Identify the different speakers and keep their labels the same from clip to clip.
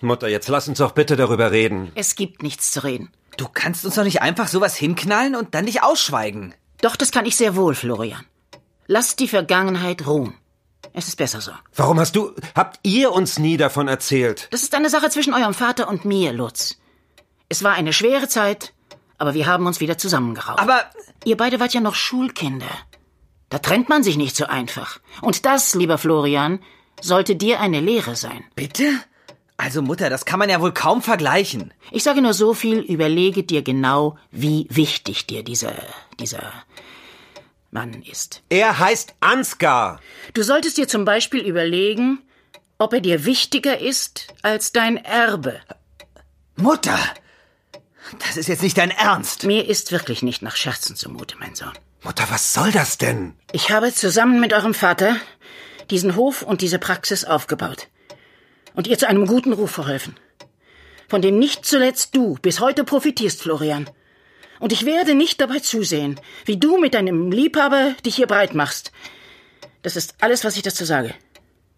Speaker 1: Mutter, jetzt lass uns doch bitte darüber reden.
Speaker 2: Es gibt nichts zu reden.
Speaker 3: Du kannst uns doch nicht einfach sowas hinknallen und dann nicht ausschweigen.
Speaker 2: Doch, das kann ich sehr wohl, Florian. Lass die Vergangenheit ruhen. Es ist besser so.
Speaker 1: Warum hast du. Habt ihr uns nie davon erzählt?
Speaker 2: Das ist eine Sache zwischen eurem Vater und mir, Lutz. Es war eine schwere Zeit, aber wir haben uns wieder zusammengerauft.
Speaker 3: Aber
Speaker 2: Ihr beide wart ja noch Schulkinder. Da trennt man sich nicht so einfach. Und das, lieber Florian, sollte dir eine Lehre sein.
Speaker 3: bitte? Also Mutter, das kann man ja wohl kaum vergleichen.
Speaker 2: Ich sage nur so viel, überlege dir genau, wie wichtig dir dieser, dieser Mann ist.
Speaker 1: Er heißt Ansgar.
Speaker 2: Du solltest dir zum Beispiel überlegen, ob er dir wichtiger ist als dein Erbe.
Speaker 3: Mutter! Das ist jetzt nicht dein Ernst.
Speaker 2: Mir ist wirklich nicht nach Scherzen zumute, mein Sohn.
Speaker 1: Mutter, was soll das denn?
Speaker 2: Ich habe zusammen mit eurem Vater diesen Hof und diese Praxis aufgebaut und ihr zu einem guten Ruf verholfen, von dem nicht zuletzt du bis heute profitierst, Florian. Und ich werde nicht dabei zusehen, wie du mit deinem Liebhaber dich hier breit machst. Das ist alles, was ich dazu sage.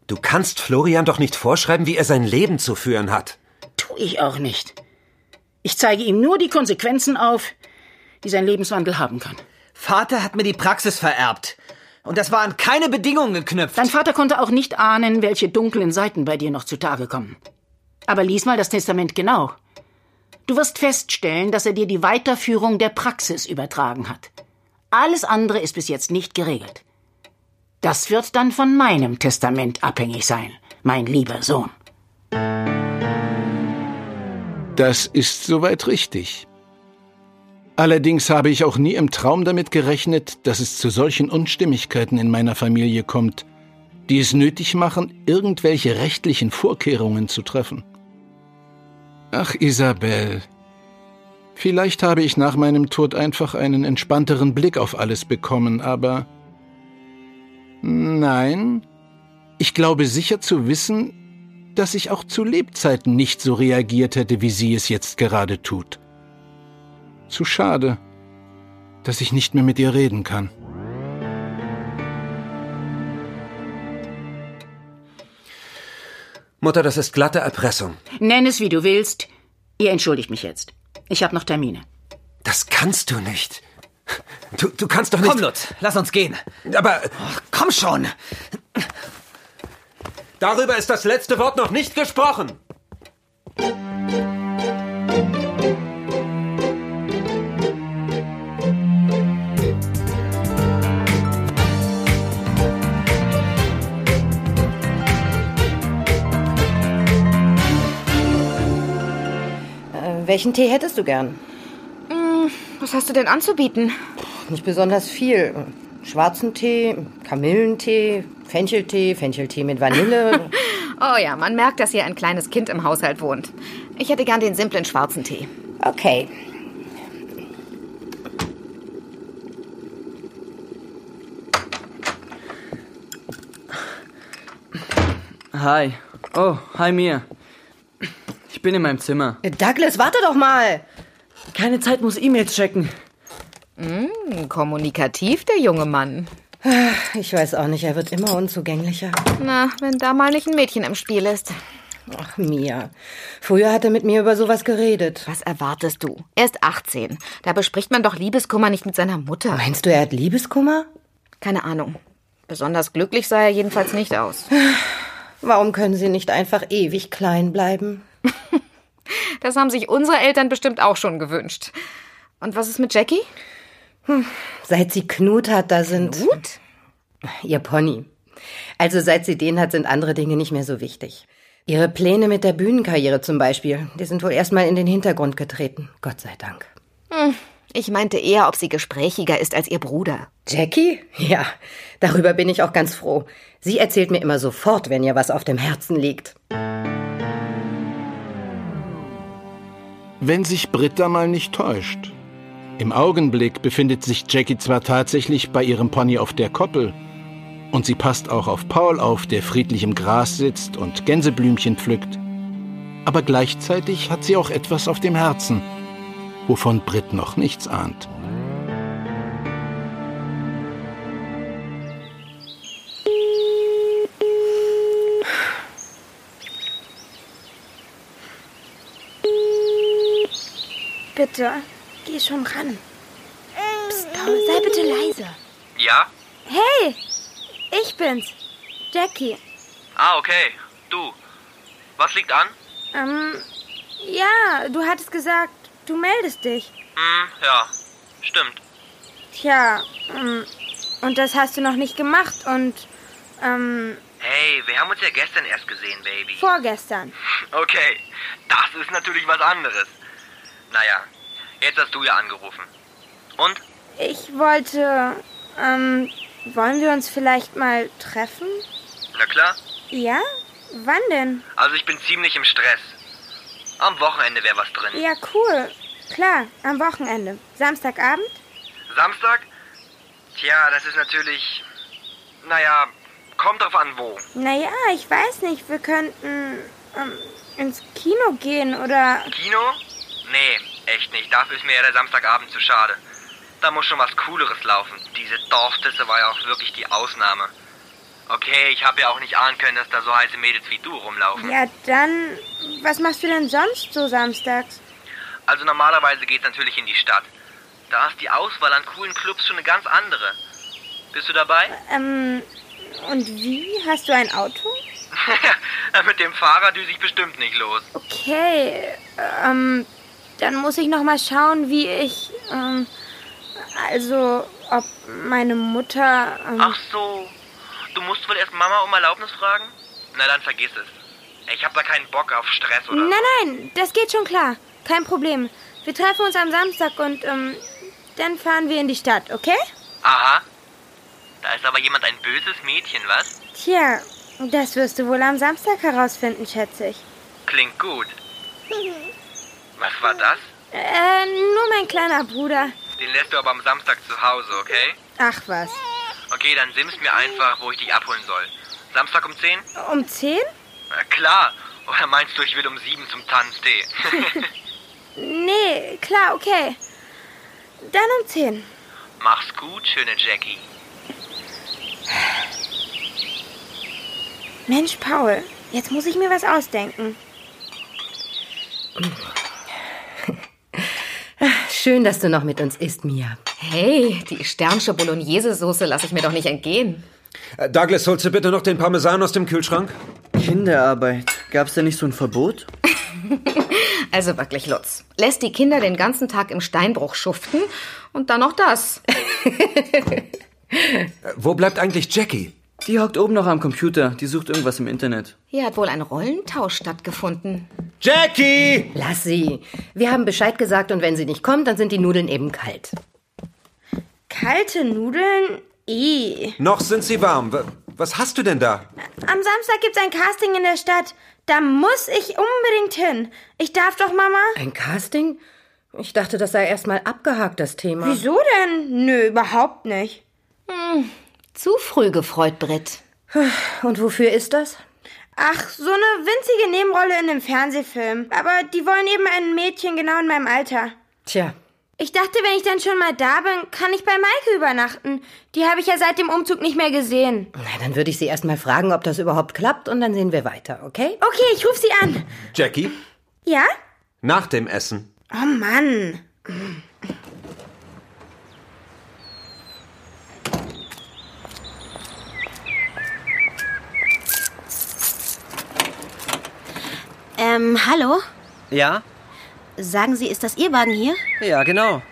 Speaker 1: Du kannst Florian doch nicht vorschreiben, wie er sein Leben zu führen hat.
Speaker 2: Tu ich auch nicht. Ich zeige ihm nur die Konsequenzen auf, die sein Lebenswandel haben kann.
Speaker 3: Vater hat mir die Praxis vererbt. Und das war an keine Bedingungen geknüpft.
Speaker 2: Dein Vater konnte auch nicht ahnen, welche dunklen Seiten bei dir noch zutage kommen. Aber lies mal das Testament genau. Du wirst feststellen, dass er dir die Weiterführung der Praxis übertragen hat. Alles andere ist bis jetzt nicht geregelt. Das wird dann von meinem Testament abhängig sein, mein lieber Sohn.
Speaker 4: Das ist soweit richtig. Allerdings habe ich auch nie im Traum damit gerechnet, dass es zu solchen Unstimmigkeiten in meiner Familie kommt, die es nötig machen, irgendwelche rechtlichen Vorkehrungen zu treffen. Ach, Isabel. Vielleicht habe ich nach meinem Tod einfach einen entspannteren Blick auf alles bekommen, aber... Nein, ich glaube sicher zu wissen, dass ich auch zu Lebzeiten nicht so reagiert hätte, wie sie es jetzt gerade tut. Zu schade, dass ich nicht mehr mit ihr reden kann.
Speaker 1: Mutter, das ist glatte Erpressung.
Speaker 2: Nenn es, wie du willst. Ihr entschuldigt mich jetzt. Ich habe noch Termine.
Speaker 1: Das kannst du nicht. Du, du kannst doch nicht.
Speaker 3: Komm, Lutz, lass uns gehen.
Speaker 1: Aber
Speaker 3: Komm schon!
Speaker 1: darüber ist das letzte Wort noch nicht gesprochen.
Speaker 5: Äh, Welchen Tee hättest du gern?
Speaker 6: Was hast du denn anzubieten?
Speaker 5: Nicht besonders viel. Schwarzen Tee, Kamillentee, Fencheltee, Fencheltee mit Vanille.
Speaker 6: Oh ja, man merkt, dass hier ein kleines Kind im Haushalt wohnt. Ich hätte gern den simplen schwarzen Tee.
Speaker 5: Okay.
Speaker 7: Hi. Oh, hi Mia. Ich bin in meinem Zimmer.
Speaker 5: Douglas, warte doch mal.
Speaker 7: Keine Zeit, muss E-Mails checken.
Speaker 6: Mm, Kommunikativ, der junge Mann.
Speaker 5: Ah, Ich weiß auch nicht, er wird immer unzugänglicher.
Speaker 6: Na, wenn da mal nicht ein Mädchen im Spiel ist.
Speaker 5: Ach, Mia. Früher hat er mit mir über sowas geredet.
Speaker 6: Was erwartest du? Er ist 18. Da bespricht man doch Liebeskummer nicht mit seiner Mutter.
Speaker 5: Meinst du, er hat Liebeskummer?
Speaker 6: Keine Ahnung. Besonders glücklich sah er jedenfalls nicht aus.
Speaker 5: Warum können sie nicht einfach ewig klein bleiben?
Speaker 6: Das haben sich unsere Eltern bestimmt auch schon gewünscht. Und was ist mit Jackie?
Speaker 5: Seit sie Knut hat, da sind. Knut? Ihr Pony. Also seit sie den hat, sind andere Dinge nicht mehr so wichtig. Ihre Pläne mit der Bühnenkarriere zum Beispiel, die sind wohl erstmal in den Hintergrund getreten. Gott sei Dank.
Speaker 6: Hm, Ich meinte eher, ob sie gesprächiger ist als ihr Bruder.
Speaker 5: Jackie? Ja, darüber bin ich auch ganz froh. Sie erzählt mir immer sofort, wenn ihr was auf dem Herzen liegt.
Speaker 4: wenn sich Britta mal nicht täuscht. Im Augenblick befindet sich Jackie zwar tatsächlich bei ihrem Pony auf der Koppel, und sie passt auch auf Paul auf, der friedlich im Gras sitzt und Gänseblümchen pflückt. Aber gleichzeitig hat sie auch etwas auf dem Herzen, wovon Britt noch nichts ahnt.
Speaker 8: Bitte, geh schon ran. Psst, Paul, sei bitte leise.
Speaker 9: Ja?
Speaker 8: Hey, ich bin's, Jackie.
Speaker 9: Ah, okay. Du. Was liegt an?
Speaker 8: Ähm, ja, du hattest gesagt, du meldest dich.
Speaker 9: Hm, ja. Stimmt.
Speaker 8: Tja, ähm, und das hast du noch nicht gemacht und, ähm,
Speaker 9: Hey, wir haben uns ja gestern erst gesehen, Baby.
Speaker 8: vorgestern.
Speaker 9: Okay. Das ist natürlich was anderes. Naja, jetzt hast du ja angerufen. Und?
Speaker 8: Ich wollte, ähm, wollen wir uns vielleicht mal treffen?
Speaker 9: Na klar.
Speaker 8: Ja? Wann denn?
Speaker 9: Also ich bin ziemlich im Stress. Am Wochenende wäre was drin.
Speaker 8: Ja, cool. Klar, am Wochenende. Samstagabend?
Speaker 9: Samstag? Tja, das ist natürlich. Naja, kommt drauf an, wo.
Speaker 8: Naja, ich weiß nicht. Wir könnten ähm, ins Kino gehen oder.
Speaker 9: Kino? Nee, echt nicht. Dafür ist mir ja der Samstagabend zu schade. Da muss schon was Cooleres laufen. Diese Dorftisse war ja auch wirklich die Ausnahme. Okay, ich habe ja auch nicht ahnen können, dass da so heiße Mädels wie du rumlaufen.
Speaker 8: Ja, dann. Was machst du denn sonst so samstags?
Speaker 9: Also normalerweise geht's natürlich in die Stadt. Da ist die Auswahl an coolen Clubs schon eine ganz andere. Bist du dabei?
Speaker 8: Ähm. Und wie? Hast du ein Auto?
Speaker 9: Mit dem Fahrer düse ich bestimmt nicht los.
Speaker 8: Okay. Ähm. Dann muss ich noch mal schauen, wie ich. Ähm, also, ob meine Mutter. Ähm,
Speaker 9: Ach so. Du musst wohl erst Mama um Erlaubnis fragen? Na dann vergiss es. Ich habe da keinen Bock auf Stress oder
Speaker 8: Nein, nein, das geht schon klar. Kein Problem. Wir treffen uns am Samstag und ähm, dann fahren wir in die Stadt, okay?
Speaker 9: Aha. Da ist aber jemand ein böses Mädchen, was?
Speaker 8: Tja, das wirst du wohl am Samstag herausfinden, schätze ich.
Speaker 9: Klingt gut. Was war das?
Speaker 8: Äh, nur mein kleiner Bruder.
Speaker 9: Den lässt du aber am Samstag zu Hause, okay?
Speaker 8: Ach was.
Speaker 9: Okay, dann sims mir einfach, wo ich dich abholen soll. Samstag um 10?
Speaker 8: Um zehn?
Speaker 9: Na klar. Oder meinst du, ich will um 7 zum Tanztee?
Speaker 8: Nee, klar, okay. Dann um zehn.
Speaker 9: Mach's gut, schöne Jackie.
Speaker 8: Mensch, Paul, jetzt muss ich mir was ausdenken.
Speaker 5: Schön, dass du noch mit uns isst, Mia.
Speaker 6: Hey, die Sternsche Bolognese-Soße lasse ich mir doch nicht entgehen.
Speaker 1: Äh, Douglas, holst du bitte noch den Parmesan aus dem Kühlschrank?
Speaker 7: Kinderarbeit. Gab's da nicht so ein Verbot?
Speaker 6: Also wirklich, Lutz. Lässt die Kinder den ganzen Tag im Steinbruch schuften und dann noch das.
Speaker 1: Äh, Wo bleibt eigentlich Jackie?
Speaker 7: Die hockt oben noch am Computer. Die sucht irgendwas im Internet.
Speaker 6: Hier hat wohl ein Rollentausch stattgefunden.
Speaker 1: Jackie!
Speaker 5: Lass sie. Wir haben Bescheid gesagt und wenn sie nicht kommt, dann sind die Nudeln eben kalt.
Speaker 8: Kalte Nudeln? Eh.
Speaker 1: Noch sind sie warm. W- Was hast du denn da?
Speaker 8: Am Samstag gibt's ein Casting in der Stadt. Da muss ich unbedingt hin. Ich darf doch, Mama?
Speaker 5: Ein Casting? Ich dachte, das sei erstmal abgehakt, das Thema.
Speaker 8: Wieso denn? Nö, überhaupt nicht. Hm,
Speaker 6: Zu früh gefreut, Britt.
Speaker 5: Und wofür ist das?
Speaker 8: Ach, so eine winzige Nebenrolle in einem Fernsehfilm. Aber die wollen eben ein Mädchen genau in meinem Alter.
Speaker 5: Tja,
Speaker 8: Ich dachte, wenn ich dann schon mal da bin, kann ich bei Maike übernachten. Die habe ich ja seit dem Umzug nicht mehr gesehen.
Speaker 5: na, dann würde ich sie erstmal fragen, ob das überhaupt klappt und dann sehen wir weiter, okay?
Speaker 6: Oh.
Speaker 8: Okay, ich rufe sie an.
Speaker 1: Jackie?
Speaker 8: Ja?
Speaker 1: Nach dem Essen.
Speaker 8: Oh Mann.
Speaker 10: Ähm, hallo?
Speaker 3: Ja?
Speaker 10: Sagen Sie, ist das Ihr Wagen hier?
Speaker 3: Ja, genau.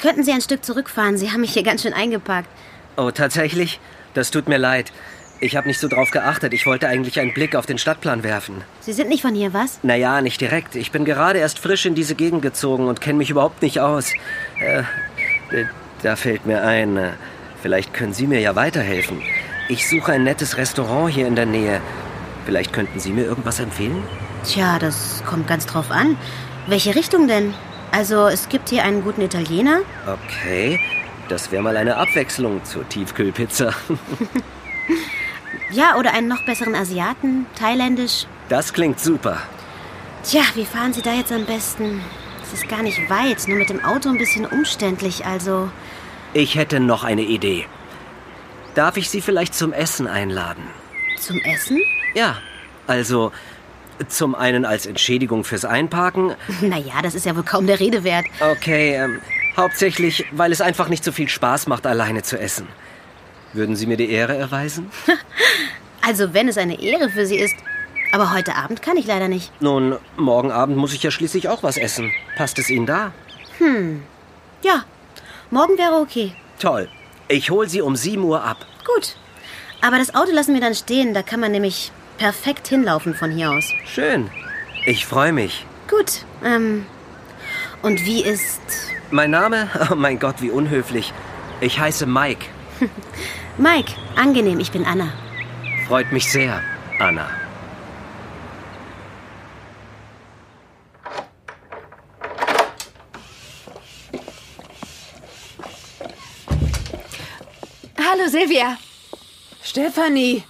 Speaker 10: Könnten Sie ein Stück zurückfahren? Sie haben mich hier ganz schön eingeparkt.
Speaker 3: Oh, tatsächlich? Das tut mir leid. Ich habe nicht so drauf geachtet. Ich wollte eigentlich einen Blick auf den Stadtplan werfen.
Speaker 10: Sie sind nicht von hier, was?
Speaker 3: Naja, nicht direkt. Ich bin gerade erst frisch in diese Gegend gezogen und kenne mich überhaupt nicht aus. Äh, äh, da fällt mir ein, äh, vielleicht können Sie mir ja weiterhelfen. Ich suche ein nettes Restaurant hier in der Nähe. Vielleicht könnten Sie mir irgendwas empfehlen?
Speaker 10: Tja, das kommt ganz drauf an. Welche Richtung denn? Also, es gibt hier einen guten Italiener.
Speaker 3: Okay, das wäre mal eine Abwechslung zur Tiefkühlpizza.
Speaker 10: Ja, oder einen noch besseren Asiaten, thailändisch.
Speaker 3: Das klingt super.
Speaker 10: Tja, wie fahren Sie da jetzt am besten? Es ist gar nicht weit, nur mit dem Auto ein bisschen umständlich, also.
Speaker 3: Ich hätte noch eine Idee. Darf ich Sie vielleicht zum Essen einladen?
Speaker 10: Zum Essen?
Speaker 3: Ja, also zum einen als Entschädigung fürs Einparken.
Speaker 10: Naja, das ist ja wohl kaum der Rede wert.
Speaker 3: Okay, ähm, hauptsächlich, weil es einfach nicht so viel Spaß macht, alleine zu essen. Würden Sie mir die Ehre erweisen?
Speaker 10: Also, wenn es eine Ehre für Sie ist. Aber heute Abend kann ich leider nicht.
Speaker 3: Nun, morgen Abend muss ich ja schließlich auch was essen. Passt es Ihnen da?
Speaker 10: Hm. Ja, morgen wäre okay.
Speaker 3: Toll. Ich hol Sie um 7 Uhr ab.
Speaker 10: Gut. Aber das Auto lassen wir dann stehen. Da kann man nämlich perfekt hinlaufen von hier aus.
Speaker 3: Schön. Ich freue mich.
Speaker 10: Gut. Ähm, und wie ist.
Speaker 3: Mein Name? Oh mein Gott, wie unhöflich. Ich heiße Mike.
Speaker 10: Mike, angenehm, ich bin Anna.
Speaker 3: Freut mich sehr, Anna.
Speaker 11: Hallo Silvia.
Speaker 12: Stefanie,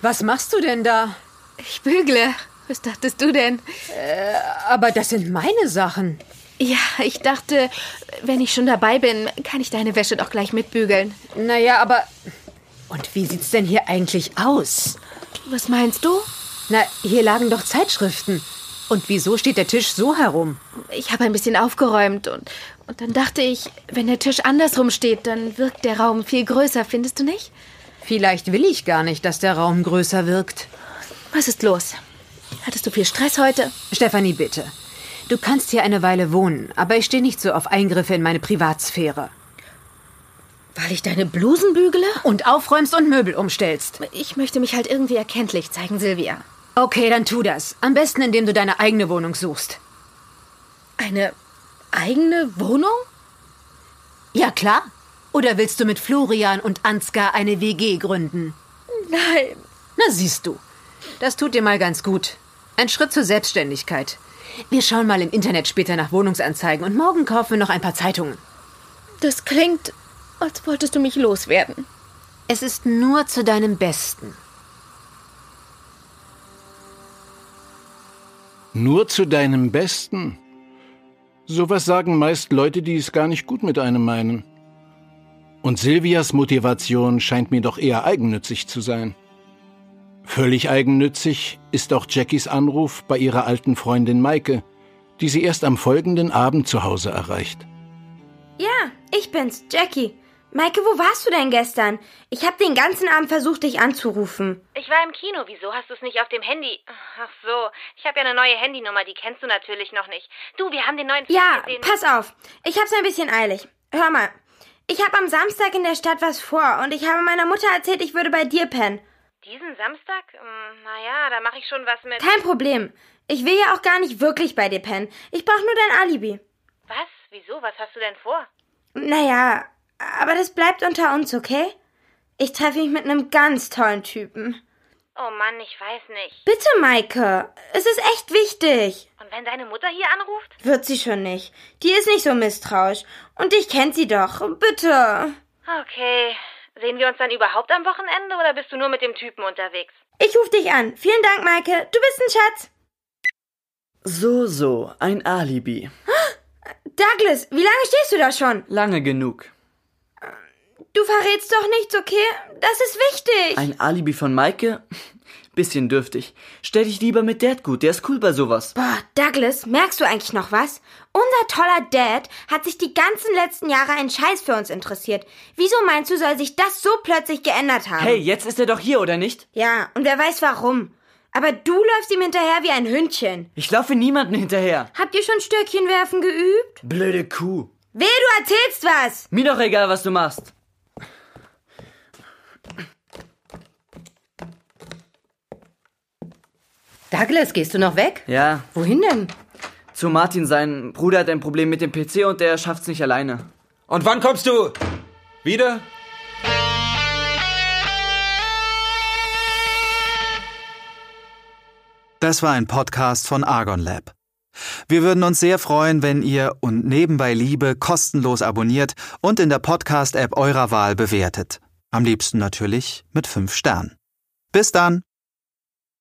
Speaker 12: was machst du denn da?
Speaker 11: Ich bügle. Was dachtest du denn?
Speaker 12: Äh, aber das sind meine Sachen.
Speaker 11: Ja, ich dachte, wenn ich schon dabei bin, kann ich deine Wäsche doch gleich mitbügeln.
Speaker 12: Naja, aber. Und wie sieht's denn hier eigentlich aus?
Speaker 11: Was meinst du?
Speaker 12: Na, hier lagen doch Zeitschriften. Und wieso steht der Tisch so herum?
Speaker 11: Ich habe ein bisschen aufgeräumt und, und dann dachte ich, wenn der Tisch andersrum steht, dann wirkt der Raum viel größer, findest du nicht?
Speaker 12: Vielleicht will ich gar nicht, dass der Raum größer wirkt.
Speaker 11: Was ist los? Hattest du viel Stress heute?
Speaker 12: Stefanie, bitte. Du kannst hier eine Weile wohnen, aber ich stehe nicht so auf Eingriffe in meine Privatsphäre.
Speaker 11: Weil ich deine Blusen bügele?
Speaker 12: Und aufräumst und Möbel umstellst.
Speaker 11: Ich möchte mich halt irgendwie erkenntlich zeigen, Silvia.
Speaker 12: Okay, dann tu das. Am besten, indem du deine eigene Wohnung suchst.
Speaker 11: Eine eigene Wohnung?
Speaker 12: Ja, klar. Oder willst du mit Florian und Ansgar eine WG gründen?
Speaker 11: Nein.
Speaker 12: Na, siehst du. Das tut dir mal ganz gut. Ein Schritt zur Selbstständigkeit. Wir schauen mal im Internet später nach Wohnungsanzeigen und morgen kaufen wir noch ein paar Zeitungen.
Speaker 11: Das klingt, als wolltest du mich loswerden.
Speaker 12: Es ist nur zu deinem Besten.
Speaker 4: Nur zu deinem Besten? Sowas sagen meist Leute, die es gar nicht gut mit einem meinen. Und Silvias Motivation scheint mir doch eher eigennützig zu sein. Völlig eigennützig ist auch Jackies Anruf bei ihrer alten Freundin Maike, die sie erst am folgenden Abend zu Hause erreicht.
Speaker 8: Ja, ich bin's, Jackie. Maike, wo warst du denn gestern? Ich habe den ganzen Abend versucht, dich anzurufen.
Speaker 13: Ich war im Kino. Wieso hast du es nicht auf dem Handy? Ach so, ich habe ja eine neue Handynummer, die kennst du natürlich noch nicht. Du, wir haben den neuen Film
Speaker 8: Ja,
Speaker 13: gesehen.
Speaker 8: pass auf. Ich hab's ein bisschen eilig. Hör mal. Ich habe am Samstag in der Stadt was vor und ich habe meiner Mutter erzählt, ich würde bei dir pennen.
Speaker 13: Diesen Samstag? Hm, Naja, da mache ich schon was mit.
Speaker 8: Kein Problem. Ich will ja auch gar nicht wirklich bei dir pennen. Ich brauche nur dein Alibi.
Speaker 13: Was? Wieso? Was hast du denn vor?
Speaker 8: Naja, aber das bleibt unter uns, okay? Ich treffe mich mit einem ganz tollen Typen.
Speaker 13: Oh Mann, ich weiß nicht.
Speaker 8: Bitte, Maike. Es ist echt wichtig.
Speaker 13: Und wenn deine Mutter hier anruft?
Speaker 8: Wird sie schon nicht. Die ist nicht so misstrauisch. Und dich kennt sie doch. Bitte.
Speaker 13: Okay. Sehen wir uns dann überhaupt am Wochenende oder bist du nur mit dem Typen unterwegs?
Speaker 8: Ich ruf dich an. Vielen Dank, Maike. Du bist ein Schatz.
Speaker 7: So, so, ein Alibi.
Speaker 8: Douglas, wie lange stehst du da schon?
Speaker 7: Lange genug.
Speaker 8: Du verrätst doch nichts, okay? Das ist wichtig.
Speaker 7: Ein Alibi von Maike? Bisschen dürftig. Stell dich lieber mit Dad gut, der ist cool bei sowas.
Speaker 8: Boah, Oh, Douglas, merkst du eigentlich noch was? Unser toller Dad hat sich die ganzen letzten Jahre einen Scheiß für uns interessiert. Wieso meinst du, soll sich das so plötzlich geändert haben?
Speaker 7: Hey, jetzt ist er doch hier, oder nicht?
Speaker 8: Ja, und wer weiß warum. Aber du läufst ihm hinterher wie ein Hündchen.
Speaker 7: Ich laufe niemanden hinterher.
Speaker 8: Habt ihr schon Stöckchenwerfen geübt?
Speaker 7: Blöde Kuh.
Speaker 8: Weh, du erzählst was!
Speaker 7: Mir doch egal, was du machst.
Speaker 5: Douglas, gehst du noch weg?
Speaker 7: Ja.
Speaker 5: Wohin denn?
Speaker 7: Zu Martin, sein Bruder hat ein Problem mit dem PC und der schafft's nicht alleine.
Speaker 14: Und wann kommst du? Wieder?
Speaker 15: Das war ein Podcast von Argon Lab. Wir würden uns sehr freuen, wenn ihr und nebenbei Liebe kostenlos abonniert und in der Podcast-App eurer Wahl bewertet. Am liebsten natürlich mit 5 Sternen. Bis dann!